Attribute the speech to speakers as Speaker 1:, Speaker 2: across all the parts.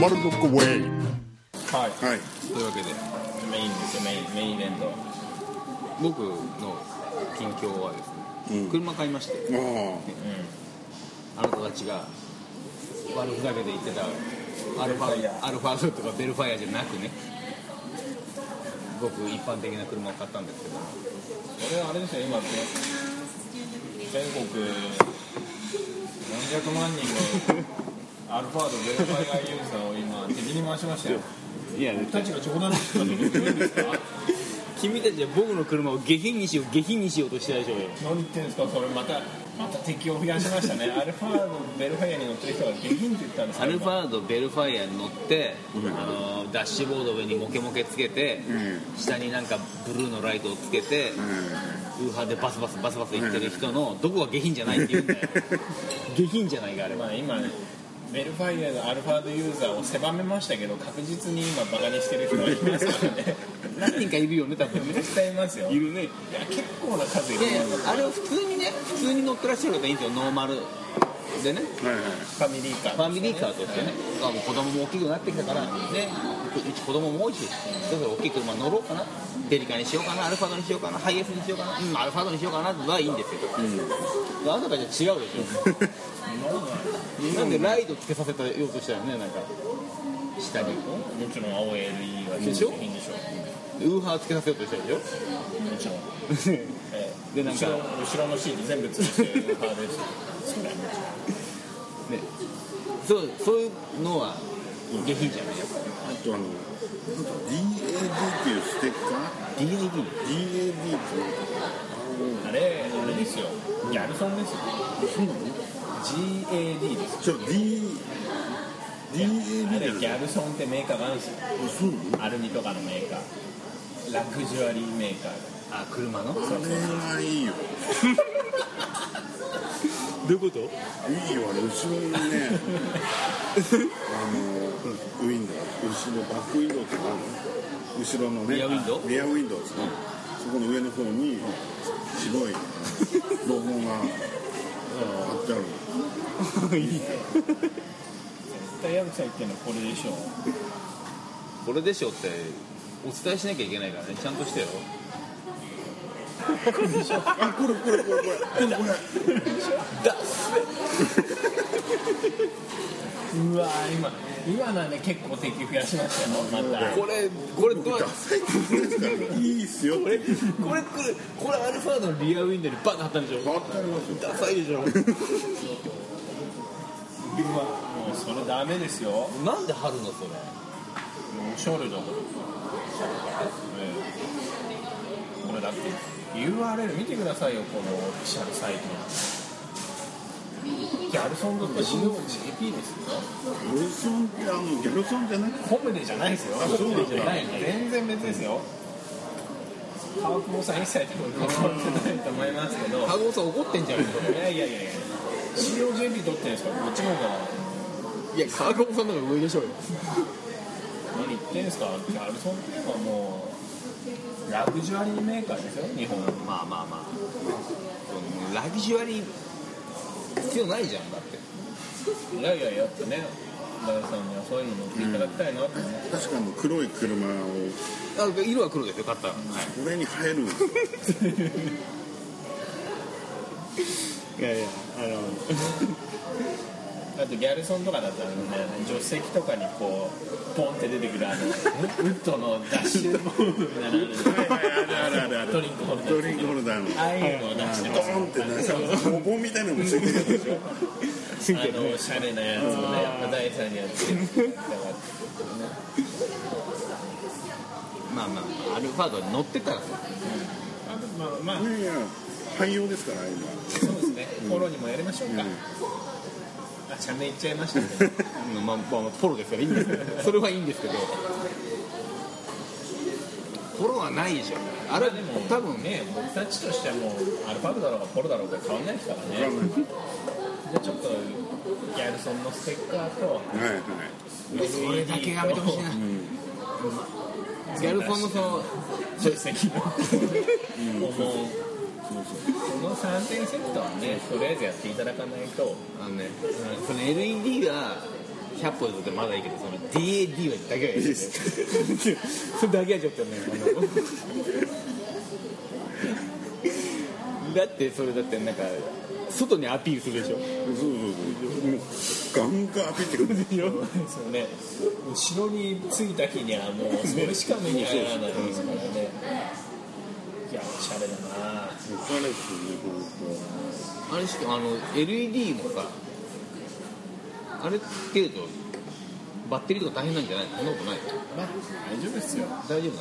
Speaker 1: 丸のこウェイ
Speaker 2: はい
Speaker 1: はい
Speaker 3: というわけで
Speaker 2: メインですよメインメインイベント
Speaker 3: 僕の近況はですね、
Speaker 1: うん
Speaker 3: 車買いまして
Speaker 1: ああ
Speaker 3: あなたたちが悪ふざけで言ってたアルファアルファードとかベルファイアじゃなくねごく一般的な車を買ったんですけど
Speaker 2: これあれですよ今って全国何百万人のアルファードベルファイアユーザーを今敵に回しましたよ
Speaker 3: いや
Speaker 2: 僕たちが冗談で言ったのに言うんですか
Speaker 3: 君たちは僕の車を下品にしよう下品にしようとしてたでしょうよ
Speaker 2: 何言ってんですかそれまたまた敵を増やしましたねアルファードベルファイアに乗ってる人が下品って言ったんです
Speaker 3: ア
Speaker 2: よ
Speaker 3: ルファードベルファイアに乗って、あのダッシュボード上にモケモケつけて、下になんかブルーのライトをつけて、ウーハーでバスバスバスバス行ってる人のどこが下品じゃないって言うんだよ下品じゃないかあれは
Speaker 2: まあ今ねベルファイアのアルファードユーザーを狭めましたけど確実に今バカにしてる人がいますからね
Speaker 3: 何人かいるよね多分ね
Speaker 2: 絶対いますよい
Speaker 3: い
Speaker 2: や
Speaker 3: るね
Speaker 2: 結構な数いる
Speaker 3: であれを普通にね普通に乗ってらっしゃる方いいんですよノーマルでね
Speaker 1: はいはい
Speaker 2: ファミリーカー
Speaker 3: ファミリーカーとしてね、あもう子供も大きくなってきたから、ね、うち子供も多いし、だから大きい車乗ろうかな、デリカにしようかな、アルファードにしようかな、ハイエースにしようかな、うん、アルファードにしようかなはいいんですけど、あなたがじゃ違うでしょ、なんでライトつけさせたようとしたよね、なんか、下に、
Speaker 2: もちろん青 LED は
Speaker 3: でしょ
Speaker 2: いいんでしょう
Speaker 3: ウーハーつけさせようとしたでしょ、
Speaker 2: も ちろん、ええ
Speaker 3: でなんか
Speaker 2: 後ろ後ろのシール全部潰してるハードですそれはもち
Speaker 3: ね、そうそういうのは下品じゃないやっぱ
Speaker 1: あとあの DAD っていうステッカー
Speaker 3: DDD
Speaker 1: DAD っていう
Speaker 2: ろんあれあれですよギャルソンですよ
Speaker 1: あのそうなの
Speaker 2: GAD です
Speaker 1: そう D DAD
Speaker 2: あ
Speaker 1: だ
Speaker 2: れ
Speaker 1: よ
Speaker 2: ギ
Speaker 1: ね
Speaker 2: ャルソンってメーカーがあるんですよ
Speaker 1: あそうなの
Speaker 2: アルミとかのメーカーラグジュアリーメーカー
Speaker 3: あ車のど
Speaker 1: あれはいいよ
Speaker 3: ういう こと
Speaker 1: いいよあれ後ろにねあのウィンドウ後ろバックウィンドウって何の後ろのね
Speaker 3: リアウィンドウ
Speaker 1: リアウィンドウですね、そこの上の方に白いロゴが貼ってある
Speaker 2: 絶対矢口さん言ってるのこれでしょう
Speaker 3: これでしょってお伝えしなきゃいけないからねちゃんとしてよ
Speaker 1: あこれこれこれこれこれこれ
Speaker 2: うわー今今なんで結構敵増やしましたよまた
Speaker 3: これこれどう
Speaker 1: ダサいって言うんですからいいっすよって
Speaker 3: これこれこれこれアルファードのリアウィンドウにバッと貼ったんでしょ
Speaker 1: 貼ってありますよ
Speaker 3: ダサいでしょ
Speaker 2: うわもうそれダメですよ
Speaker 3: なんで貼るのそれ
Speaker 2: ショルダーこれだって URL 見てくださいよこのオフィシャルサイトのギャルソンドット COGP ですよ
Speaker 1: ギャルソンってあのギャルソンじゃなくて
Speaker 2: コムネじゃないですよ
Speaker 1: そうなんだ
Speaker 2: 全然別ですよ川久保さん一切多分関わってないと思いますけど
Speaker 3: 羽生さん怒ってんじゃんい
Speaker 2: いやいやいやいや COGP 取ってるんですからこっちもかな
Speaker 3: や川久保さんの方が上でしょうよ
Speaker 2: 何言ってんですかギャルソンっていえばもうラグジュアリーメーカーですよ日本
Speaker 3: まあまあまあそのラグジュアリー必要ないじゃんだって
Speaker 2: いやいややっぱねダルさんにはそういうの乗っていただきたいなって、
Speaker 1: 確かに黒い車を
Speaker 3: あ色は黒ですよ買ったの、
Speaker 1: これに入るんですよ
Speaker 3: い、やいやあの
Speaker 2: あとギャルソンとかだったらね助手席とかにこうポンって出てくるあの ウッドのダッシュボードみたいなのあるじ
Speaker 1: ある
Speaker 2: ゃない
Speaker 1: あるある
Speaker 2: ドリンクホルダ
Speaker 1: ド
Speaker 2: ー
Speaker 1: リンクホルダーの
Speaker 2: ああいうのを出して
Speaker 1: ドーンってねお盆みたいなのもついてるでしょ
Speaker 3: ついて
Speaker 2: あ
Speaker 3: る
Speaker 2: の
Speaker 3: ね
Speaker 2: おしゃれなやつをねやっぱ第三にやってるだから
Speaker 3: まあまあアルファードに乗ってたら
Speaker 2: あとまあまあ
Speaker 1: いやいや汎用ですからああいうのは
Speaker 2: そうですねフォローにもやりましょうか、
Speaker 1: うん
Speaker 2: あチャンネルいっちゃいましたね
Speaker 3: うんまあまあまあポロですからいいんですけどそれはいいんですけどポロはないでしょあ
Speaker 2: あ
Speaker 3: れ
Speaker 2: れでも
Speaker 3: 多分ね
Speaker 2: ね僕たちとしてはもうアルファベだろうがポロだろうが変わんないですから
Speaker 1: わか
Speaker 2: ね
Speaker 1: んない
Speaker 2: じゃあちょっとギャルソンのステッカーと
Speaker 1: はいはい
Speaker 3: それだけやめてほしいなギャルフォンのその
Speaker 2: 助手席のもうこの3点セットはねとりあえずやっていただかないと
Speaker 3: あのねその LED は100歩譲ってまだいいけどその DAD はだけはやめて
Speaker 1: で
Speaker 3: それだけはちょっとねあのだってそれだってなんか外にアピールするでしょ
Speaker 1: そうそうそうもうガンガン開けてくる
Speaker 2: ですよね後ろに着いた日にはもうそれしか目に入らないですからねいやおしゃれだな
Speaker 1: おしゃれですよね本
Speaker 3: あれしかもあの LED もさあれっていうとバッテリーとか大変なんじゃないのそんなことない
Speaker 2: まあ大丈夫ですよ
Speaker 3: 大丈夫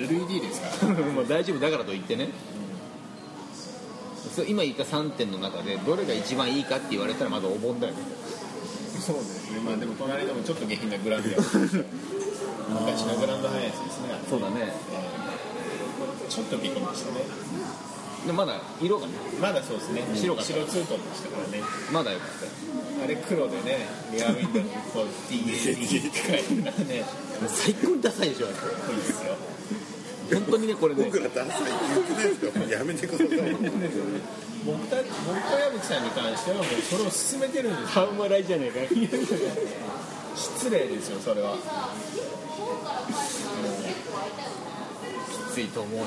Speaker 2: LED ですから
Speaker 3: なの まあ大丈夫だからといってねそう今言った3点の中でどれが一番いいかって言われたらまだお盆だよね
Speaker 2: そうですねまあでも隣でもちょっと下品なグランドハイアスですよ昔のグランドハイアスですね
Speaker 3: そうだね
Speaker 2: ちょっと下品でしたね
Speaker 3: でまだ色がね
Speaker 2: まだそうですね
Speaker 3: 白かった
Speaker 2: 白ツートンでしたからね
Speaker 3: まだよかった
Speaker 2: あれ黒でねリアウィンドウにこう DAD って書いてたらね
Speaker 3: よ最高にダサいでしょだっ
Speaker 2: かっこいいですよ
Speaker 3: て本当にねこれ
Speaker 1: 当
Speaker 3: ね
Speaker 1: 僕らダサいって言ってないですよやめてください
Speaker 2: 僕た僕と矢吹さんに関してはもうそれを勧めてるんです
Speaker 3: 半笑いじゃねえか
Speaker 2: 失礼ですよそれは
Speaker 3: きついと思うよ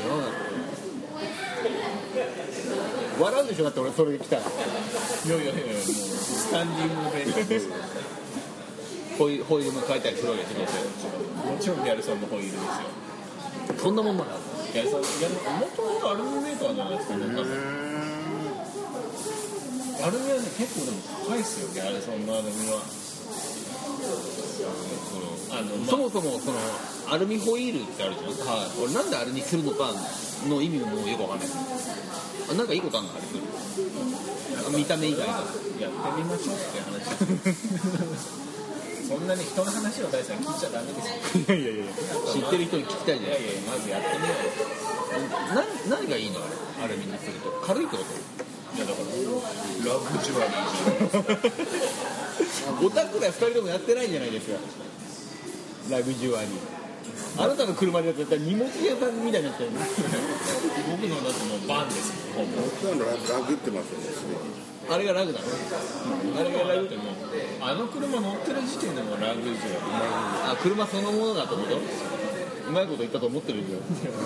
Speaker 3: 笑うでしょだって俺それで来たら
Speaker 2: いやいやいやいやもうスタンディングベーですよ
Speaker 3: ホイホイールも変えたりするわけでしょ
Speaker 2: もちろんギャルソンのホイールですよ
Speaker 3: そんなもんまだ
Speaker 2: ギャルソンギャルソンもともとアルミメーカーじゃないですかね多分アルミはね結構でも高いですよギャルソンのアルミはあのま
Speaker 3: そもそもそのアルミホイールってあるじゃん、はい、俺なんであれにするのかの意味ももうよくわかんないあなんかいいことあんのあれする見た目以外
Speaker 2: や
Speaker 3: が
Speaker 2: ってみましょうっていう話ですそんなに人の話を大さん聞いちゃダメですよ
Speaker 3: いやいやいや知ってる人に聞きたい
Speaker 2: い
Speaker 3: じ
Speaker 2: やいやまずやってみよう
Speaker 3: ゃん何何がいいのあれアルミにすると軽いってこ
Speaker 2: いやだからラグジュアリーじ
Speaker 3: とオタクら2人ともやってないんじゃないですかラグジュアリーあなたの車でやったら荷物屋さんみたいになっちゃうよ
Speaker 2: ゃん僕のだってもうバンですよほぼ
Speaker 1: 僕らのラグってますよね
Speaker 3: あれがラグだろあれがラ
Speaker 2: だっ
Speaker 3: グ
Speaker 2: てもうあの車乗ってる時点でもうラグジュア
Speaker 3: あ車そのものだと思うとうまいこと言ったと思ってるんだよ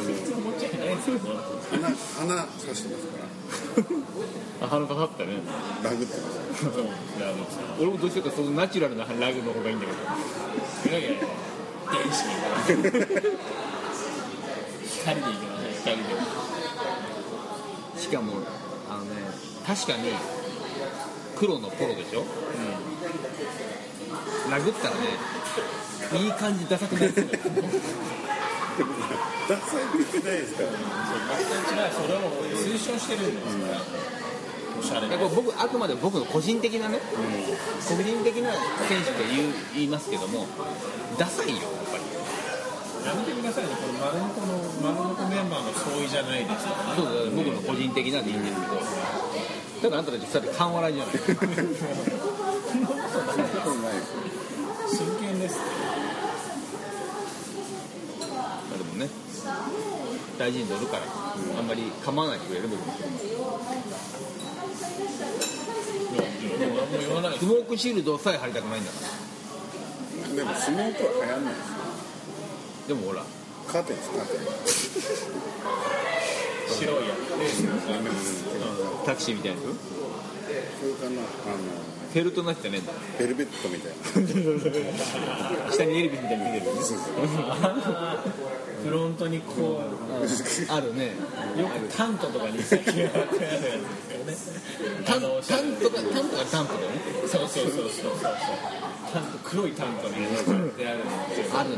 Speaker 2: リー普通持っちゃいないですよ
Speaker 1: 鼻鼻刺してますか
Speaker 3: あ鼻刺さったね
Speaker 1: らラグってます
Speaker 2: ラグさ
Speaker 3: 俺もどうしてかそのナチュラルなラグの方がいいんだ
Speaker 2: ん
Speaker 3: けど
Speaker 2: いやいやいや電子に光でいきましょう光で
Speaker 3: しかもあのね確かに黒のポロでしょ、ラグったらねいい感じダサくなりそうだよ
Speaker 1: ダサいって言ってないですから
Speaker 2: 僕たちはそれを推奨してるんですから、おしゃれ
Speaker 3: い
Speaker 2: な
Speaker 3: やこれ僕あくまで僕の個人的なね、個人的な選手と言う言いますけどもダサいよやっぱり
Speaker 2: やめてくださいねこれ丸のこの丸のこメンバーの相違じゃないですよ
Speaker 3: そうだ僕の個人的なでいいんですけどただあんたたち二人半笑いじゃない
Speaker 1: そんなことないですよ
Speaker 2: 真剣です
Speaker 3: まあでもね大事に乗るから、あんまり構わないでくれる僕も
Speaker 2: いやいやもう何も言わないです
Speaker 3: スモークシールドさえ貼りたくないんだから
Speaker 1: でもスモークは流行んないですよ
Speaker 3: でもほら
Speaker 1: カーテンですカーテン
Speaker 2: 白いやつで
Speaker 1: ダメですそう
Speaker 3: タクシーみたいなや
Speaker 1: いうかなあの
Speaker 3: つフェルトになってねえんだ
Speaker 1: ベルベットみたいな
Speaker 3: 下にエルビスみたいに出てる
Speaker 1: そうそう
Speaker 2: フロントにこう
Speaker 3: あるね
Speaker 2: よくタントとかに先が貼ってあるやつですよね
Speaker 3: タン
Speaker 2: あのおしゃ
Speaker 3: タ
Speaker 2: れ
Speaker 3: ンとかタンとかタンプだよね
Speaker 2: そうそうそうそうそうそうタント黒いタントに貼ってあるんですよ
Speaker 3: あるね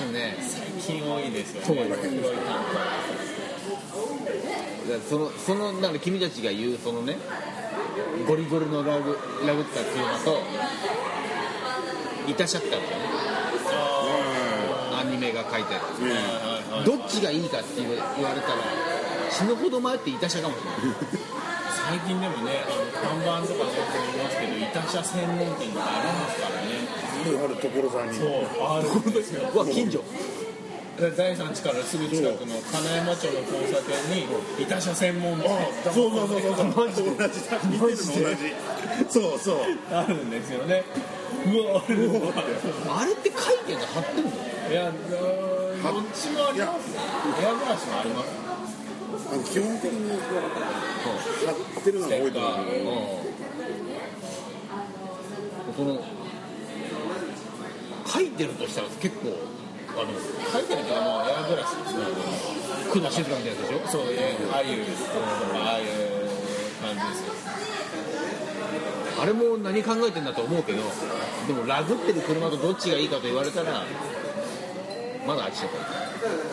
Speaker 3: あるね
Speaker 2: 最近多いですよね
Speaker 3: そう
Speaker 2: 黒いタン
Speaker 3: だからそのそのなんか君たちが言うそのねゴリゴリのラグラグった車といたしゃったんだよね
Speaker 2: トあ
Speaker 3: アニメ明が書いてある
Speaker 1: うん
Speaker 2: はい
Speaker 3: どっちがいいかって言わ言われたら死ぬほど迷っていた社かもしれない
Speaker 2: 最近でもね、あの看板とかでよく見ますけど、イタシャ専門店とかありますからね。
Speaker 1: ある所沢に
Speaker 2: そう、あるんですよ。
Speaker 3: うわ近所
Speaker 2: で第三地からすぐ近くの金山町の交差点に、イタシャ専門店
Speaker 1: あそうそうそうそうそう同じだ見てるの同じそうそう
Speaker 2: あるんですよね。 うわ、あるわ。
Speaker 3: あれって書いてんの貼ってんの
Speaker 2: いや、うーんどっちもありますよ。エアブラシもありますよ。
Speaker 1: あの基本的にやってるのが多いと思う
Speaker 3: うんその書いてるとしたら結構あの
Speaker 2: 書いてるけど、もうエアブラシですね。
Speaker 3: 工藤静香みたいなやつでしょ
Speaker 2: そういう、ああいう、ああいう感じですよ。
Speaker 3: あれも何考えてんだと思うけどでもラグってる車とどっちがいいかと言われたらまだあっちだから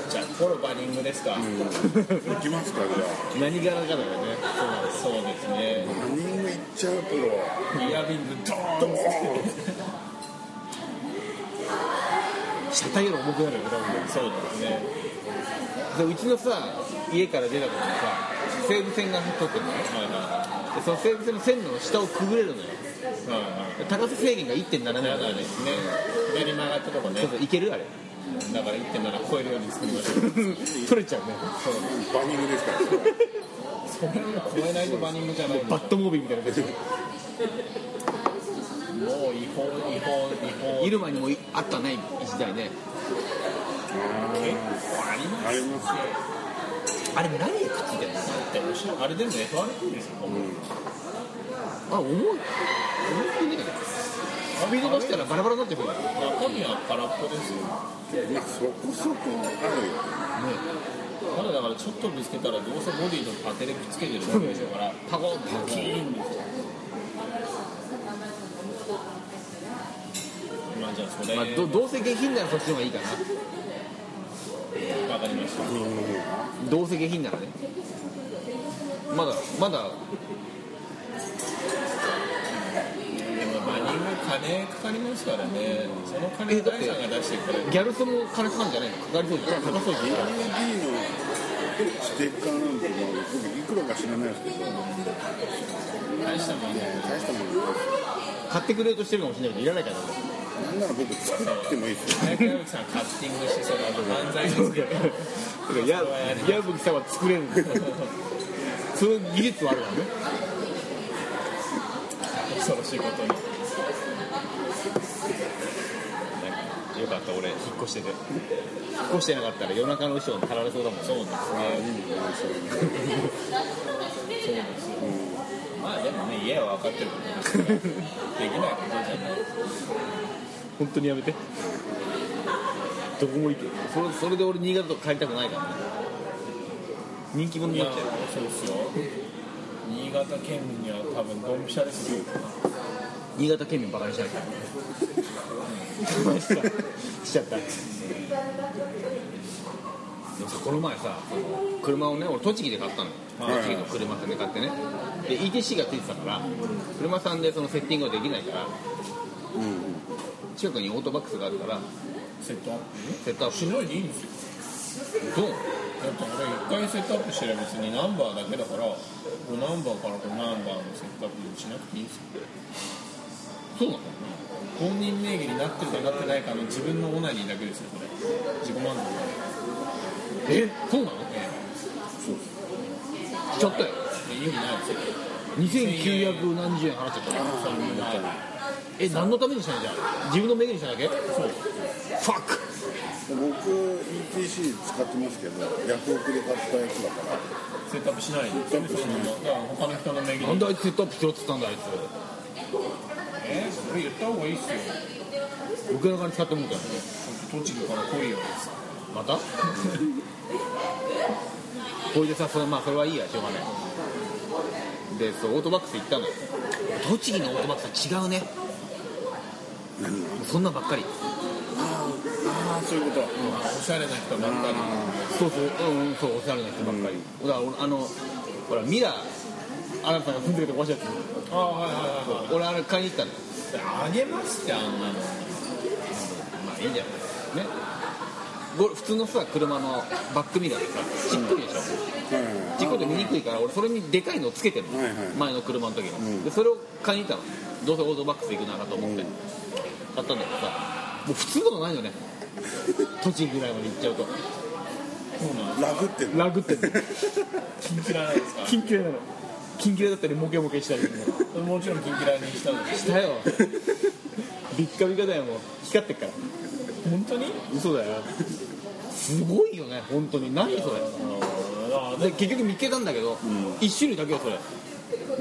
Speaker 2: じゃあ、コルバリングですか。
Speaker 1: 行きますかじゃあ
Speaker 3: 何柄かだよね
Speaker 2: そうですね。
Speaker 1: ランニング行っちゃうプロ
Speaker 2: イヤリングド
Speaker 1: ドー
Speaker 2: ーン
Speaker 1: ン
Speaker 3: 車体より重くなるよね多分
Speaker 2: そうですね
Speaker 3: でうちのさ家から出た時にさ西武線が通ってるのね
Speaker 2: はいは
Speaker 3: でその西武線の線路の下をくぐれるのよ
Speaker 2: いはいはい
Speaker 3: で高さ制限が1.7メートル
Speaker 2: だ
Speaker 3: だ
Speaker 2: から
Speaker 3: よ
Speaker 2: で
Speaker 3: ね
Speaker 2: すね左曲がったとこね
Speaker 3: そうそういけるあれ
Speaker 2: だから1.7超えるように作りましょう
Speaker 3: 取れちゃうね
Speaker 1: バニングですから
Speaker 2: それを超えないとバニングじゃないの
Speaker 3: バットモービーみたいな感じ
Speaker 2: もう違法違法違法
Speaker 3: 入る前にもうあったね一台ね
Speaker 2: ありま
Speaker 1: ありますよ
Speaker 3: あれ何でくっついてるの
Speaker 2: すっておしゃあれでも FRP ですよ
Speaker 3: あ重い重くね飛び飛ばしたらバラバラになってくるね
Speaker 2: 中身は空っぽですよ
Speaker 1: まあそこそこあるよ
Speaker 2: ただだからちょっとぶつけたらどうせボディとパテでくっつけてるだけでしょうから
Speaker 3: パコンパ
Speaker 2: キ
Speaker 3: キン
Speaker 2: ーンですよまあじゃあそれ
Speaker 3: まあどどうせ下品ならそっちの方がいいかな
Speaker 2: わかりました
Speaker 3: どうせ下品ならねまだまだ
Speaker 2: でもマニング金かかりますからね、その金を財産が出してくれる
Speaker 3: ギャルソも金かかんじゃないのかかりそうじゃんかかそうじゃん
Speaker 1: LED のステッカーなんてもう僕いくらか知らないですけど
Speaker 2: 大したもんね
Speaker 1: 大したものないです
Speaker 3: 買ってくれようとしてるかもしれないけどいらないから
Speaker 1: なんなら僕作ってもいいですよ
Speaker 2: 早く矢吹さんカッティングしてそれは犯罪ですけど
Speaker 3: 俺いや矢吹さんは作れるんだよそういう技術はあるからね
Speaker 2: 恐ろしいことに
Speaker 3: よかった俺引っ越してて引っ越してなかったら夜中の衣装に貼られそうだもん
Speaker 2: そうですね
Speaker 1: そういうの
Speaker 2: そうですよまあでもね家は分かってることですからできないことじゃない
Speaker 3: 本当にやめてどこも行けそれそれで俺新潟とか帰りたくないからね人気者
Speaker 2: い
Speaker 3: に
Speaker 2: や
Speaker 3: なっちゃう
Speaker 2: そうですよ新潟県民には多分ドンピシャですよ
Speaker 3: 新潟県民バカにしないからしちゃったでもさこの前さその車をね俺栃木で買ったのよ
Speaker 2: はい
Speaker 3: 栃木の車さんで買ってねで ETC がついてたから車さんでそのセッティングはできないから近くにオートバックスがあるから
Speaker 2: セットアッ
Speaker 3: セットア
Speaker 2: プし
Speaker 3: ッ
Speaker 2: ないでいいんですよ
Speaker 3: プどう
Speaker 2: だって俺一回セットアップしてれば別にナンバーだけだからこれナンバーからこれナンバーのセットアップしなくていいですよ
Speaker 3: そうなの
Speaker 2: 本人名義になってるかなってないかの自分のオナニーだけですよこれ自己満足
Speaker 3: えそうなの
Speaker 2: え
Speaker 3: しちゃったよ
Speaker 2: え意味ないですよ
Speaker 3: 2900何十円払っちゃったから
Speaker 2: それ意味ない
Speaker 3: え何のためにしたのじゃあ自分の名義にしただけフ
Speaker 2: そう
Speaker 3: ァック
Speaker 1: うん僕 ETC 使ってますけどヤフオクで買ったやつだから
Speaker 2: セットアップしないんですよね
Speaker 1: セットアップしない
Speaker 2: そのままだから他の人の名義
Speaker 3: なん
Speaker 2: に
Speaker 3: であいつセットアップしろっつったんだあいつ
Speaker 2: えそれ言った方がいいっすよ
Speaker 3: 余計な金使ってもうたよ
Speaker 2: 栃木から来いよ
Speaker 3: またこれでさそれ,、まあ、それはいいやしょうがないでそうオートバックス行ったのよ栃木のオートバックスは違うね
Speaker 1: 何が
Speaker 3: もうそんなんばっかり
Speaker 1: ああそういうこと
Speaker 2: おしゃれな人ばっかり
Speaker 3: そうそううんうんそうおしゃれな人ばっかり、だから俺あのほらミラーあなたが住んでるとこおしゃれ
Speaker 2: ああはいはいは
Speaker 3: 俺あれ買いに行ったのよ
Speaker 2: いはいあげますってあんなの
Speaker 3: まあいいんじゃないねゴル普通のさ車のバックミラーってさちっこいでし
Speaker 1: は
Speaker 3: ょ、
Speaker 1: いはい
Speaker 3: ちっこいと見にくいから俺それにでかいのをつけてるの、
Speaker 1: はいはい
Speaker 3: 前の車の時の、
Speaker 1: ん
Speaker 3: でそれを買いに行ったのどうせオールドバックス行くならと思って、
Speaker 1: うん
Speaker 3: 買ったんだけどさもう普通のことないよね栃木ぐらいまで行っちゃうと
Speaker 2: そうなの
Speaker 1: ラグってんの
Speaker 3: ラグってんの
Speaker 2: キンキラなんですか
Speaker 3: キンキラなのキンキラだったりモケモケしたり
Speaker 2: もちろんキンキラにしたのです
Speaker 3: したよビッカビカだよもう光ってっから
Speaker 2: 本当に
Speaker 3: 嘘だよすごいよね本当に何それ
Speaker 2: ああ
Speaker 3: で結局見つけたんだけど、一1種類だけよそれ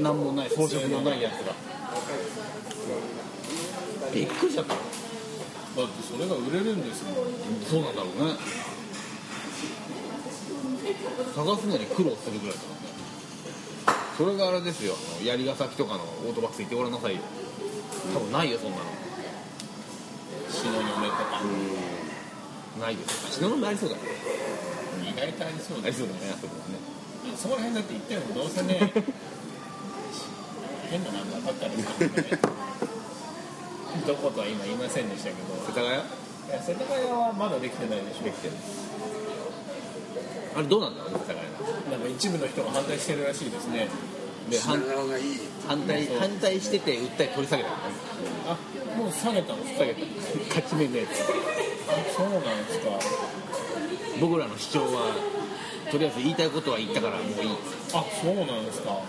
Speaker 3: 何もない装飾のないやつがびっくりしちゃった
Speaker 2: だってそれが売れるんですもん
Speaker 3: そうなんだろうね探すのに苦労するぐらいだもんねそれがあれですよあの槍ヶ崎とかのオートバックス行ってごらんなさいよ多分ないよそんなの
Speaker 2: 東雲とか
Speaker 3: ないです篠のありそうだよ
Speaker 2: 意外とありそう
Speaker 3: あ
Speaker 2: で
Speaker 3: り
Speaker 2: す
Speaker 3: そうだねあそこはね
Speaker 2: そこら辺だって言ってもどうせね 変なナンバーばっかりですからねどことは今言いませんでしたけど
Speaker 3: 世田谷
Speaker 2: いや世田谷はまだできてないでしょできてる
Speaker 3: あれどうなんだろうね世田谷
Speaker 2: なんか一部の人が反対してるらしいですね
Speaker 3: で
Speaker 1: 品
Speaker 3: 反
Speaker 1: 川がいい
Speaker 3: 反対
Speaker 2: そう
Speaker 3: 反対してて訴え取り下げたのね
Speaker 2: あもう下げたんですか
Speaker 3: 下げた勝ち目ねえっつって
Speaker 2: あそうなんですか
Speaker 3: 僕らの主張はとりあえず言いたいことは言ったからもういい
Speaker 2: あそうなんですか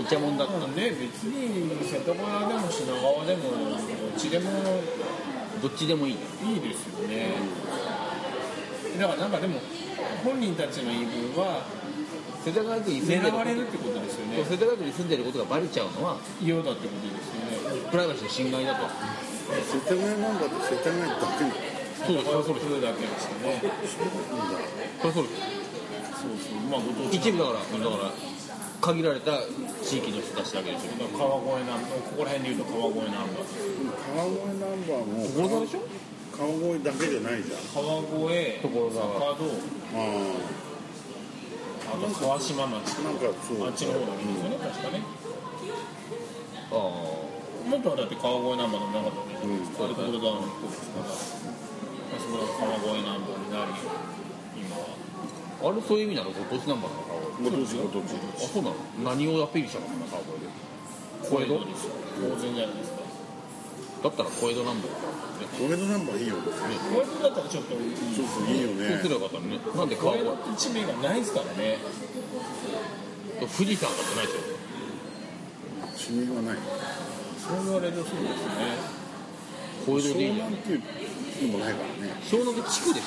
Speaker 3: いちゃもんだっ
Speaker 2: だ
Speaker 3: た
Speaker 2: からね別に世田谷でも品川でもどっちでも
Speaker 3: どっちでもいい
Speaker 2: いいですよねだからなんかでも本人たちの言い分は
Speaker 3: 世田谷区に住んでる
Speaker 2: 狙
Speaker 3: こ
Speaker 2: わ
Speaker 3: と
Speaker 2: れるってことですよね
Speaker 3: 世田谷区に住んでることがバレちゃうのは
Speaker 2: 嫌だってことですよね
Speaker 3: プライバシーの侵害だと
Speaker 1: 世田谷ナンバーって世田谷だけなの
Speaker 3: そうですそれはそうです
Speaker 2: それだけですよね
Speaker 3: それはそうで
Speaker 2: そうそうまあご当
Speaker 3: す
Speaker 2: 地
Speaker 3: 一部だからだから限られた地域の人たちだけですよ
Speaker 2: 川越ナンバーここら辺で言うと川越ナンバー
Speaker 1: 川越ナンバーも
Speaker 3: 所沢でしょ
Speaker 1: 川越だけじゃないじゃん
Speaker 2: 川越
Speaker 3: 所沢
Speaker 2: 坂戸
Speaker 1: あ
Speaker 2: あと川島
Speaker 1: あ
Speaker 2: 町
Speaker 1: なんかそう
Speaker 2: あっちの方だけですよね確かね
Speaker 3: ああ
Speaker 2: もっとはだって川越ナンバーのなかったわけじゃないですか、あ
Speaker 3: うん
Speaker 2: れ所沢の人ですから、まあ、そこが川越ナンバーになり今は
Speaker 3: あれそういう意味なのご当地ナンバーなのか
Speaker 1: ご当地ご当地
Speaker 3: あそうなの何をアピールしたのかな川越で小江戸
Speaker 2: ですよ当然じゃないですか
Speaker 3: だったら小江戸ナンバーだ
Speaker 1: 小江戸ナンバーいいよね
Speaker 2: 小江戸だったらちょっといい
Speaker 1: そうそういいよ
Speaker 3: そう
Speaker 1: ね
Speaker 3: すればよかったのねなんで
Speaker 2: 小
Speaker 3: 川
Speaker 2: 江
Speaker 3: 越
Speaker 2: 戸って地名がないですからね
Speaker 3: 富士山だってないでし
Speaker 1: 市
Speaker 3: ょ
Speaker 1: 民はない
Speaker 2: そう言われるそうですね
Speaker 3: 小江戸で
Speaker 1: 湘
Speaker 3: いいじゃん
Speaker 1: 南っていうのもないからね
Speaker 3: 湘南地区でし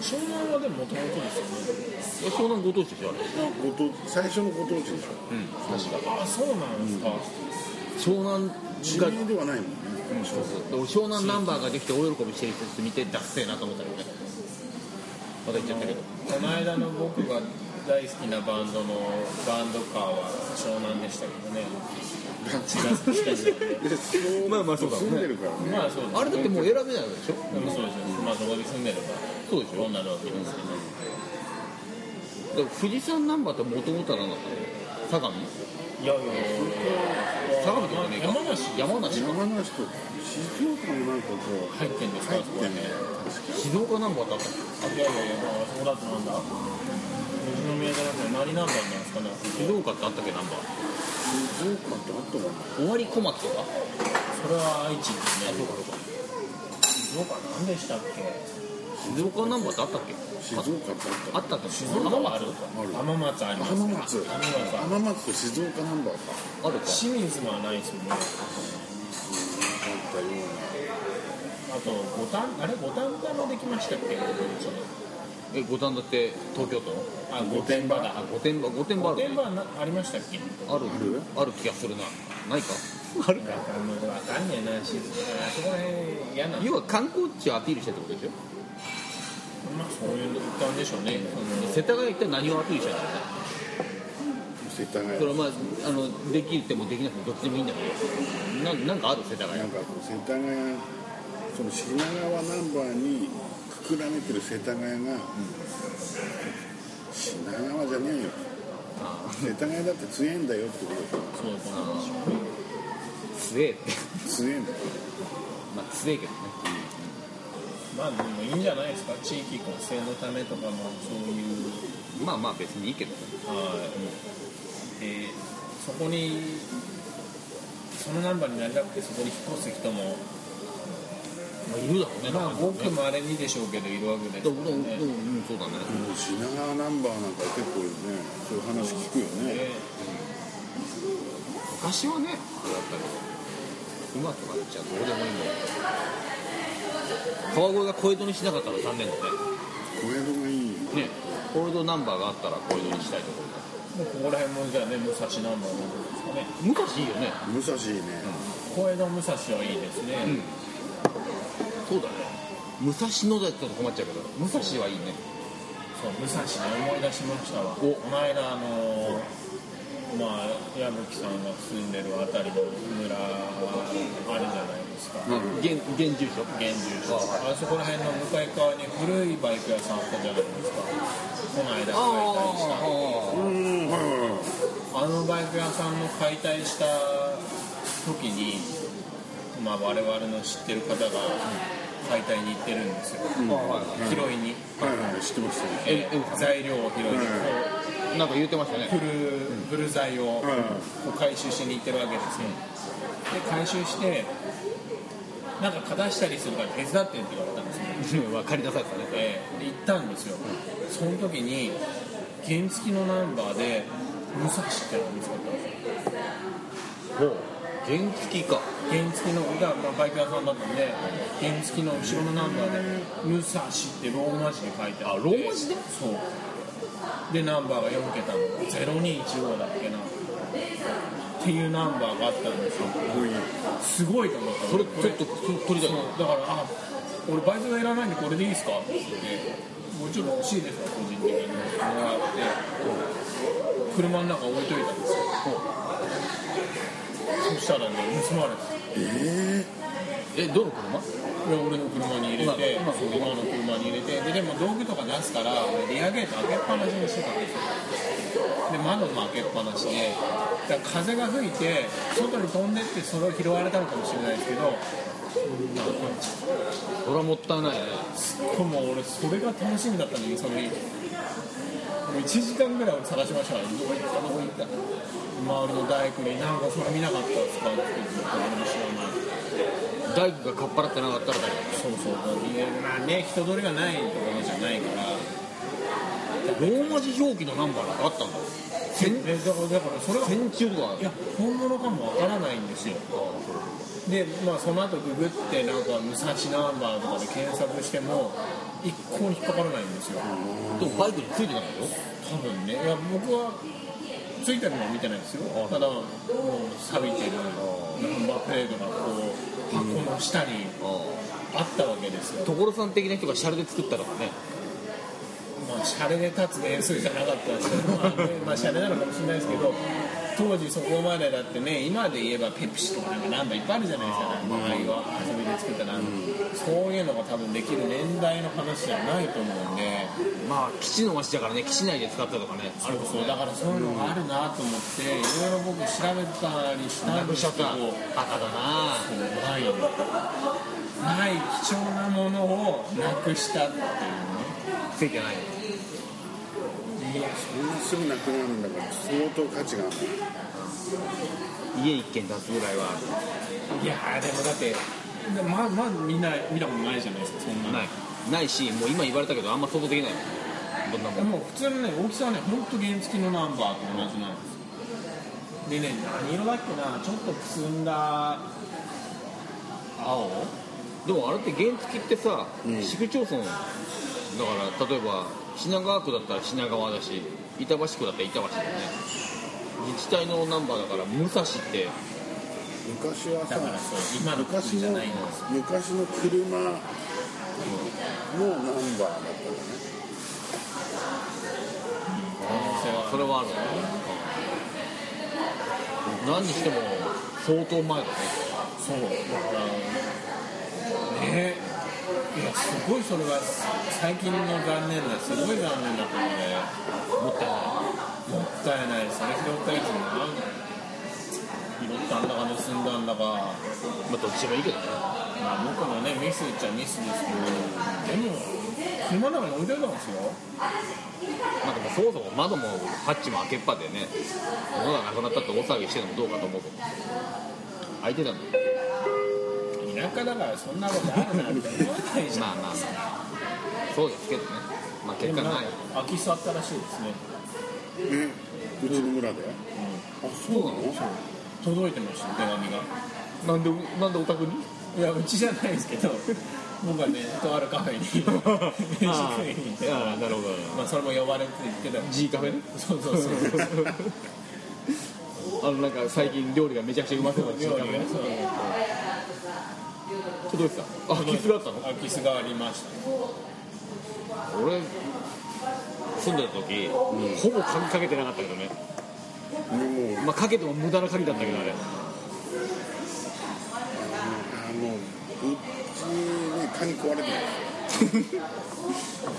Speaker 2: 湘南はでももともとですよね
Speaker 3: ょ湘南ご当地でしょあれ
Speaker 1: あご当最初のご当地でしょ
Speaker 3: うん確か
Speaker 2: あそうなんですか、
Speaker 3: 湘南
Speaker 1: 市
Speaker 3: が
Speaker 1: 民ではないもんね
Speaker 3: そうそう俺湘南ナンバーができて大喜びしてる人たち見てダッセーなと思ったけどねまた言っちゃったけど
Speaker 2: この間の僕が大好きなバンドのバンドカーは湘南でしたけどね
Speaker 3: まあまあそうだろうね
Speaker 1: 住んでるからね
Speaker 2: まあそうですね
Speaker 3: あれだってもう選べないわけでしょ
Speaker 2: でもそうですよねまあそこに住んでれば
Speaker 3: そうでしょ
Speaker 2: そうなるわけですけど
Speaker 3: だから富士山ナンバーってもともとは何だったの相模
Speaker 2: いやいやいや
Speaker 3: 相模とかねえか
Speaker 2: 山梨
Speaker 3: 山梨か
Speaker 1: 山梨と静岡もなんかこう
Speaker 2: 入ってんですか
Speaker 1: 入
Speaker 2: あ
Speaker 1: っ
Speaker 2: そこは
Speaker 1: て
Speaker 2: ね
Speaker 1: ね
Speaker 3: 静岡ナンバーだったの
Speaker 2: いやいやいやあそこだとなんだ富士宮じゃなくて何ナンバーなんですかね
Speaker 3: 静岡ってあったっけナンバー
Speaker 1: 静岡ってあったかな
Speaker 3: 終わり小松とか
Speaker 2: それは愛知ですね静岡何でしたっけ
Speaker 3: 静岡ナンバーってあったっけ
Speaker 1: 静岡ってあった
Speaker 3: あったって
Speaker 2: 静岡はある
Speaker 1: ある
Speaker 2: 浜松あります
Speaker 1: 浜松
Speaker 2: 浜松ある
Speaker 1: 浜松と静岡ナンバーか
Speaker 3: あるか
Speaker 2: 清水もはないですよね
Speaker 1: あったよう
Speaker 2: あと五反あれ五反田もできましたっけ
Speaker 3: え五反田って東京都の
Speaker 2: あ五反田だあ
Speaker 3: 御殿場御殿場あ
Speaker 2: 五
Speaker 3: る
Speaker 2: 反田はなありましたっけ
Speaker 3: ある
Speaker 1: ある
Speaker 3: ある気がするなないかある
Speaker 2: なんかもうわかんねえな静岡あそこら辺嫌なの
Speaker 3: 要は観光地をアピールしてってことでしょ
Speaker 2: まあそういう歌んでしょうね
Speaker 3: 世田谷一体何をアピールしたんだろうね
Speaker 1: な世田谷
Speaker 3: それはまああのできてもできなくてもどっちでもいいんだけどななんかある世田谷
Speaker 1: なんかこう世田谷その品川ナンバーにくくらめてる世田谷が、品川じゃねえよ
Speaker 3: あ
Speaker 1: 世田谷だって強えんだよってこと
Speaker 2: そうそう
Speaker 3: あ強えって
Speaker 1: 強えんだよ
Speaker 3: まあ強えけどね
Speaker 2: まあでもいいんじゃないですか地域活性のためとかもそういう
Speaker 3: まあまあ別にいいけど
Speaker 2: はいでそこにそのナンバーになりたくてそこに引っ越す人も
Speaker 3: まあいるだろうね
Speaker 2: まあごく
Speaker 3: ね
Speaker 2: まれにでしょうけどいるわけです
Speaker 3: で
Speaker 2: よ
Speaker 3: もでもで
Speaker 2: ね
Speaker 3: もうんそうだ
Speaker 1: も
Speaker 3: ね
Speaker 1: う品川ナンバーなんか結構ねそういう話聞くよね
Speaker 2: で
Speaker 3: 昔はねあれだったけど今とかじゃどうでもいいんだよ川越が小江戸にしなかったら残念だね
Speaker 1: 小江戸がいいよ
Speaker 3: ね小江戸ナンバーがあったら小江戸にしたいところだ
Speaker 2: もうここら辺もじゃあね武蔵ナンバーなんですかね
Speaker 3: 昔いいよね
Speaker 1: 武蔵ね
Speaker 2: 小江戸武蔵はいいですね、
Speaker 3: うんそうだね武蔵野だったら困っちゃうけど武蔵はいいね
Speaker 2: そう武蔵で思い出しましたわこ
Speaker 3: お
Speaker 2: の間あのまあ矢吹さんが住んでるあたりの村あるじゃないですか
Speaker 3: 現現住所
Speaker 2: 現住所あそこら辺の向かい側に古いバイク屋さんあったじゃないですかこの間
Speaker 3: あ
Speaker 2: 解体した
Speaker 1: うんはいはいはい
Speaker 2: あの
Speaker 3: あ
Speaker 2: バイク屋さんの解体した時に、まあ、我々の知ってる方が解体に行ってるんですよ拾いに、
Speaker 1: はいはい知ってますよ
Speaker 2: え
Speaker 3: うんうん
Speaker 2: 材料を拾いに、こ
Speaker 3: なんか言ってましたね
Speaker 2: う古古材を
Speaker 1: はいはい
Speaker 2: こう回収しに行ってるわけですよで回収してなんか片したりするから手伝ってって言われたんですよ
Speaker 3: 分かりなされてたね
Speaker 2: えー行ったんですよ、その時に原付のナンバーで武蔵ってのが見つかったんですよ
Speaker 3: ほう原付か
Speaker 2: 原付のが、まあ、バイク屋さんだったんで原付の後ろのナンバーで「武蔵」ってローマ字で書いてあって
Speaker 3: あローマ字で
Speaker 2: そうでナンバーが4桁の0215だっけなっていうナンバーがあったんですよ
Speaker 1: こういう
Speaker 2: すごいと思った
Speaker 3: それちょっと
Speaker 2: こ
Speaker 3: 取り
Speaker 2: れ
Speaker 3: たい
Speaker 2: そうだからあ俺バイクがいらないんでこれでいいですかって言ってもうちょっと欲しいですわ個人的にもらって車の中置いといたんですよそしたらね盗まれて
Speaker 1: え
Speaker 3: えどの車
Speaker 2: これ俺の車に入れて、
Speaker 3: ま
Speaker 2: 今
Speaker 3: あまあ
Speaker 2: の車に入れて、ででも道具とか出すから、俺リアゲート開けっぱなしにしてたんですよ。で、窓も開けっぱなしで、だから風が吹いて、外に飛んでって、それを拾われたのかもしれないですけど、なんか
Speaker 3: それはもったいないね
Speaker 2: これもう俺、それが楽しみだったのに、その日。もう1時間ぐらい俺探しましたから、どこ行った、どこ行った。周りの大工に、なんかそれ見なかったんですかって言って、俺も知らない。
Speaker 3: 大工がかっぱらってなかったら大工
Speaker 2: そうそうまあね人通りがないところじゃないから
Speaker 3: ローマ字表記のナンバーなんかあったんだ
Speaker 2: えだからだからそれがい
Speaker 3: 線中とか
Speaker 2: や本物かもわからないんですよでまあその後ググってなんか武蔵ナンバーとかで検索しても一向に引っかからないんですよ
Speaker 3: でもバイクについてないよ
Speaker 2: 多分ねいや僕はついてるのは見てないですよただもう錆びてるナンバープレートがこう箱の下にあったわけですよ
Speaker 3: 所さん的な人がシャレで作ったのかね
Speaker 2: まあ、シャレで立つ年数じゃなかったですけど、まあね、まあ、シャレなのかもしれないですけど、当時そこまでだってね、今で言えばペプシとかなんかナンバーいっぱいあるじゃないですか、まあ、ああいう遊びで作ったナンバー、そういうのが多分できる年代の話じゃないと思うんで、
Speaker 3: まあ基地の町だからね基地内で使ったとかねある
Speaker 2: そうだからそういうのがあるなと思って、いろいろ僕、調べたりした
Speaker 3: なんく
Speaker 2: で
Speaker 3: しちゃ
Speaker 2: す
Speaker 3: っ
Speaker 2: けど
Speaker 3: た。バカだな
Speaker 2: ないない貴重なものをなくしたっていう
Speaker 3: ついてない
Speaker 2: ねいや
Speaker 1: そんなすぐなくなるんだから相当価値がある
Speaker 3: 家一軒出すぐらいはい
Speaker 2: やーでもだってでままずみんな見たことないじゃないですかそんなの
Speaker 3: ないないしもう今言われたけどあんま想像できないどんなも
Speaker 2: で
Speaker 3: ん
Speaker 2: も普通のね大きさはね本当原付のナンバーと同じなんですでね何色だっけなちょっとくすんだ青
Speaker 3: でもあれって原付ってさ、
Speaker 1: ん
Speaker 3: 市区町村だから例えば品川区だったら品川だし板橋区だったら板橋だよね自治体のナンバーだから武蔵って
Speaker 1: 昔は
Speaker 2: だ
Speaker 1: さ
Speaker 2: からそう今の
Speaker 1: 昔
Speaker 2: 靴じゃ
Speaker 1: の
Speaker 2: ないんです
Speaker 1: 昔の車のナンバーだったよね
Speaker 2: 可能性は
Speaker 3: それはあるね何にしても相当前だね
Speaker 2: そうだからねいやすごいそれは最近の残念だすごい残念だったので
Speaker 3: もったいない
Speaker 2: もったいないですね拾ったやつもな拾っったんだか盗んだんだか
Speaker 3: まあどっちでもいいけどね
Speaker 2: まあ僕もねミスっちゃミスですけどでも車の中に置いてあったんですよ
Speaker 3: まあでもそもそも窓もハッチも開けっぱでね物がなくなったって大騒ぎしてるのもどうかと思うけど開いてたの
Speaker 2: 田舎だからそんなことあるなみたいな思わないじゃん
Speaker 3: まあまあまあそうですけどねまあ
Speaker 2: で
Speaker 3: 結
Speaker 2: も
Speaker 3: 果
Speaker 2: なんか
Speaker 3: ない
Speaker 2: 空き巣あったらしいですね
Speaker 1: ねうちの村で、あそうなの
Speaker 2: 届いてました手紙が
Speaker 3: なんでなんでお宅に
Speaker 2: いやうちじゃないですけど 僕はねとあるカフ ェに飯食いに行って
Speaker 3: ああなるほど
Speaker 2: まあそれも呼ばれて行ってた
Speaker 3: G カフェね
Speaker 2: そうそうそうそう
Speaker 3: あのなんか最近料理がめちゃくちゃうまそうな G カ
Speaker 2: 料理
Speaker 3: フ
Speaker 2: が
Speaker 3: ェ
Speaker 2: ね
Speaker 3: ね
Speaker 2: そう
Speaker 3: 届いてたあ空き巣があったの
Speaker 2: 空き巣がありました
Speaker 3: 俺住んでた時、ほぼ鍵かけてなかったけどね、
Speaker 1: でも
Speaker 3: まあ、かけても無駄な鍵だったけどあれ
Speaker 1: あのうちねカニ食われてない
Speaker 2: ぶ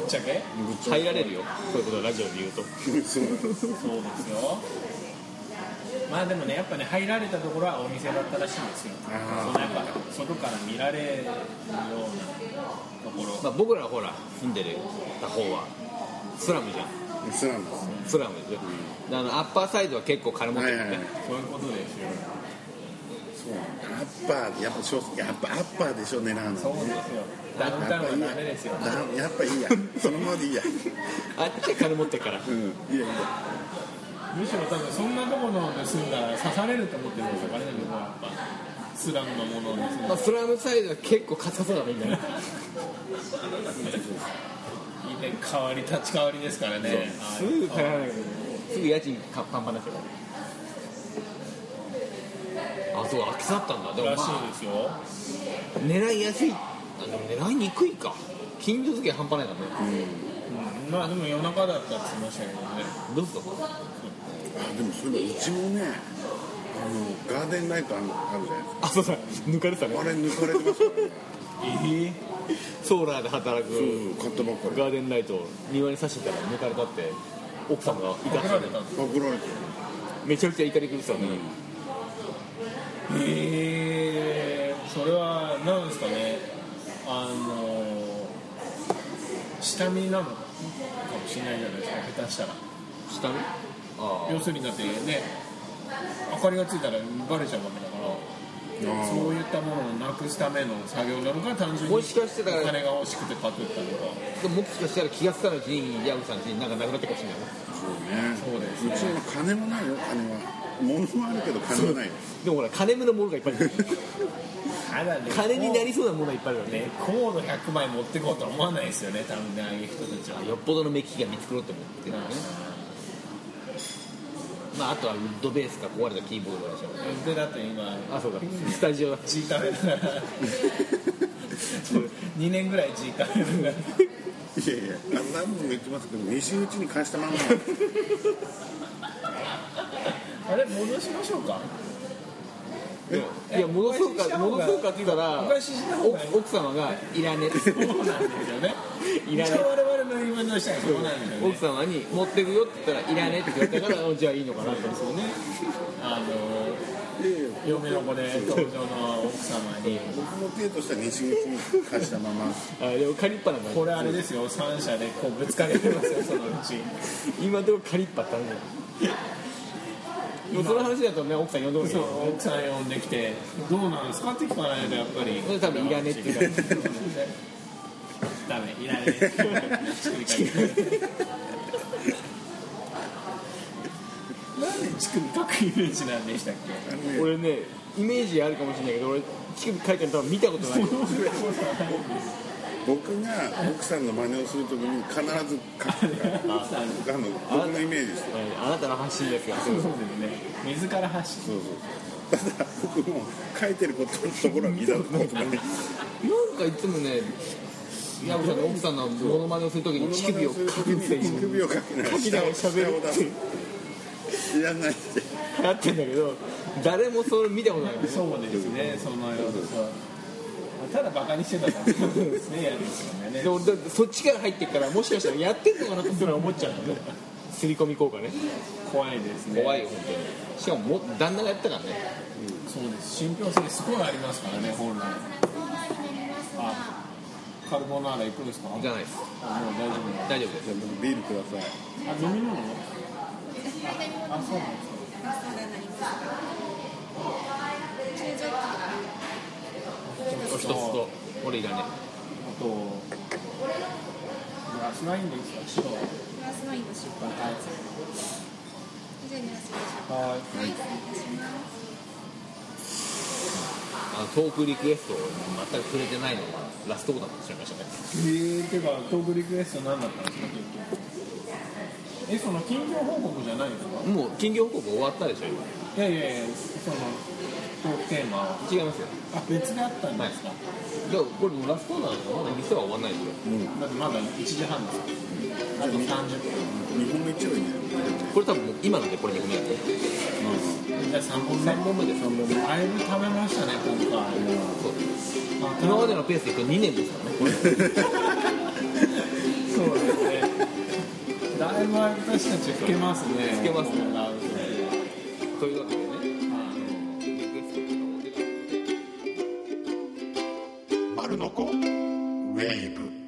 Speaker 2: っちゃけ
Speaker 1: ぶっちゃけ
Speaker 3: 入られるよそういうことはラジオで言うと
Speaker 1: そうなの
Speaker 2: そうですよまあでもねやっぱね入られたところはお店だったらしいんですよそ
Speaker 1: あー
Speaker 2: のやっぱ外から見られるようなところ
Speaker 3: まあ、僕らほら住んでるた方はスラムじゃん
Speaker 1: そうなん です
Speaker 3: スラムでしょ、あのアッパーサイドは結構金持ってるよね、
Speaker 1: はいはい
Speaker 2: そういうことですよ
Speaker 1: そうアッパーやっぱしょやっぱアッパーでしょ狙うの
Speaker 2: そうですよダウンタウンはダメですよ
Speaker 1: だやっぱいいやそのままでいいや
Speaker 3: あっちは金持ってるから
Speaker 1: うんいやいや
Speaker 2: むしろ多分そんなところで住んだら刺されると思ってるんですよ彼らの方はやっぱスラムのものを盗んで
Speaker 3: まあ、スラムサイドは結構硬そうだねみんなね
Speaker 2: 変わり立ち代わりですからね
Speaker 3: すぐ帰らないけどねすぐ家賃かパンパンだけどあそう空き巣あったんだでも
Speaker 2: ら
Speaker 3: ま
Speaker 2: し
Speaker 3: あ
Speaker 2: いですよ
Speaker 3: 狙いやすいあでも狙いにくいか近所付け半端ないからね
Speaker 2: うんまあでも夜中だったって言ってましたけどね
Speaker 3: どうすか
Speaker 1: あでもそれうちもねあのガーデンライトあるあるじゃないですか
Speaker 3: あそうだ抜かれてたね
Speaker 1: あれ抜かれてますよ
Speaker 2: え
Speaker 3: ソーラーで働く
Speaker 1: 買ったばっかり
Speaker 3: ガーデンライトを庭に差してたら抜かれたって奥さんが怒
Speaker 2: え
Speaker 3: って
Speaker 2: られた
Speaker 3: た
Speaker 2: んです
Speaker 1: パクられてる
Speaker 3: めちゃくちゃ怒り狂ってたね、
Speaker 2: へえそれはなんですかねあの下見なのかもしれないじゃないですか下手したら
Speaker 3: 下にあ
Speaker 2: 要するにだってね明かりがついたらバレちゃうわけだからそういったものをなくすための作業なのか単純に
Speaker 3: もしかしてだから
Speaker 2: お金が欲しくて買ってったのか
Speaker 3: あでももしかしたら気がつかないうちに矢口さんちになんかなくなってるかもしれないね
Speaker 2: そうです
Speaker 1: うち
Speaker 2: ね
Speaker 1: は金もないよ金は物はあるけど金はないよ
Speaker 3: でもほら金目のものがいっぱい ある
Speaker 2: ただね
Speaker 3: 金になりそうなものがいっぱいあるからね
Speaker 2: レコード100枚持ってこうとは思わないですよね多分ねああいう人たちは
Speaker 3: よっぽどの目利きが見繕ってもってね、まあ、あとはウッドベースか壊れたキーボードでしょ
Speaker 2: でだって今
Speaker 3: あそうかスタジオだ
Speaker 2: ジーカメだから2年ぐらいジーカメだか
Speaker 1: いやいやあ何度も言ってますけど西口に貸したまんま
Speaker 2: らあれ戻しましょうか
Speaker 3: いや戻そうか戻そうかって言ったら
Speaker 2: お返しした方がいい
Speaker 3: 奥奥様がいら
Speaker 2: そうなん
Speaker 3: ね
Speaker 2: ですよね
Speaker 3: いら
Speaker 2: 一
Speaker 3: ない
Speaker 2: 応我々の言い分としてはそうなんですよね
Speaker 3: 奥様に持ってくよって言ったらいらねって言った からじゃあいいのかなと
Speaker 2: そうねあの嫁の子で登場の奥様に
Speaker 1: 僕の手としては西口に貸したまま
Speaker 3: あでも借りっぱなんだ
Speaker 2: これあれですよ三社でこうぶつかり合いますよそのうち
Speaker 3: 今のところ借りっぱってあるんだよでもその話だとね奥さん呼んどるけ
Speaker 2: そう
Speaker 3: ど
Speaker 2: 奥さん呼んできて「どうなんですか?」って聞かないとやっぱり
Speaker 3: 多分いらねえって言うから
Speaker 2: ダメいらねえって言うから乳首かくなんで乳首かくイメージなんでしたっけ
Speaker 1: あのね
Speaker 3: 俺ねイメージあるかもしれないけど俺乳首書いてるの多分見たことない
Speaker 1: 僕が奥さんの真似をするときに必ず貸すから
Speaker 2: 奥さん
Speaker 1: あの僕のイメージです
Speaker 3: あなたの発信ですよ
Speaker 2: そうですね水から発信
Speaker 1: そうそうそうただ僕も書いてることのところは見たことない
Speaker 3: なんかいつもね矢部さんの奥さんのモノマネをするときに乳首を書くって
Speaker 1: 乳
Speaker 3: いう
Speaker 1: 首をかけない
Speaker 3: きながら喋るっていう
Speaker 1: 知らないって
Speaker 3: やってんだけど誰もそれ見たことないよね
Speaker 2: そうですねそのようなただバカにしてたからですねやるんですよね
Speaker 3: で俺だってそっちから入ってっからもしかしたらやってんのかなってそれは思っちゃうのね刷り込み効果ね
Speaker 2: 怖いですね
Speaker 3: 怖いよ本当にしかもも旦那がやったからね
Speaker 2: そうです信憑性すごいありますからね本来あカルボナーラ行くんですか
Speaker 3: 行かないです
Speaker 2: あもう大丈夫
Speaker 3: 大丈夫です
Speaker 1: じゃあ僕ビールください
Speaker 2: あ飲み物あそうなんです
Speaker 3: お一つとこれいらね
Speaker 2: あとグラスワインでいいですか
Speaker 4: プラスワインの出
Speaker 2: 白はい
Speaker 4: じゃあよろしいでしょ
Speaker 2: は
Speaker 4: うか。はい、失礼いたします。
Speaker 3: あのトークリクエストを全く触れてないのがラストボタンとしちゃいましたね
Speaker 2: いえー、てかトークリクエスト何だったんですか結局えその近況報告じゃないですか
Speaker 3: もう金魚報告終わったでしょ今
Speaker 2: いやいやいやそのトークテーマは
Speaker 3: 違いますよ
Speaker 2: あ別であったんですか、
Speaker 3: じゃあこれもうラストボタンだからまだ店は終わんないですよ
Speaker 2: だってまだ1時半ですあと30分
Speaker 1: 日本の一番いいね
Speaker 3: これ多分もう今のでこれ2個目だね
Speaker 2: じゃあ3本目
Speaker 3: 3本目です
Speaker 1: 3本目
Speaker 2: だいぶ食べましたね今回
Speaker 3: そう
Speaker 2: あ
Speaker 3: 今までのペースでいくと2年ですからね
Speaker 2: そうですねだいぶ私たち老けますね
Speaker 3: 老けますね
Speaker 2: は
Speaker 3: というわけでね
Speaker 2: い
Speaker 3: リクエストとかお手紙
Speaker 1: 丸の子ウェーブ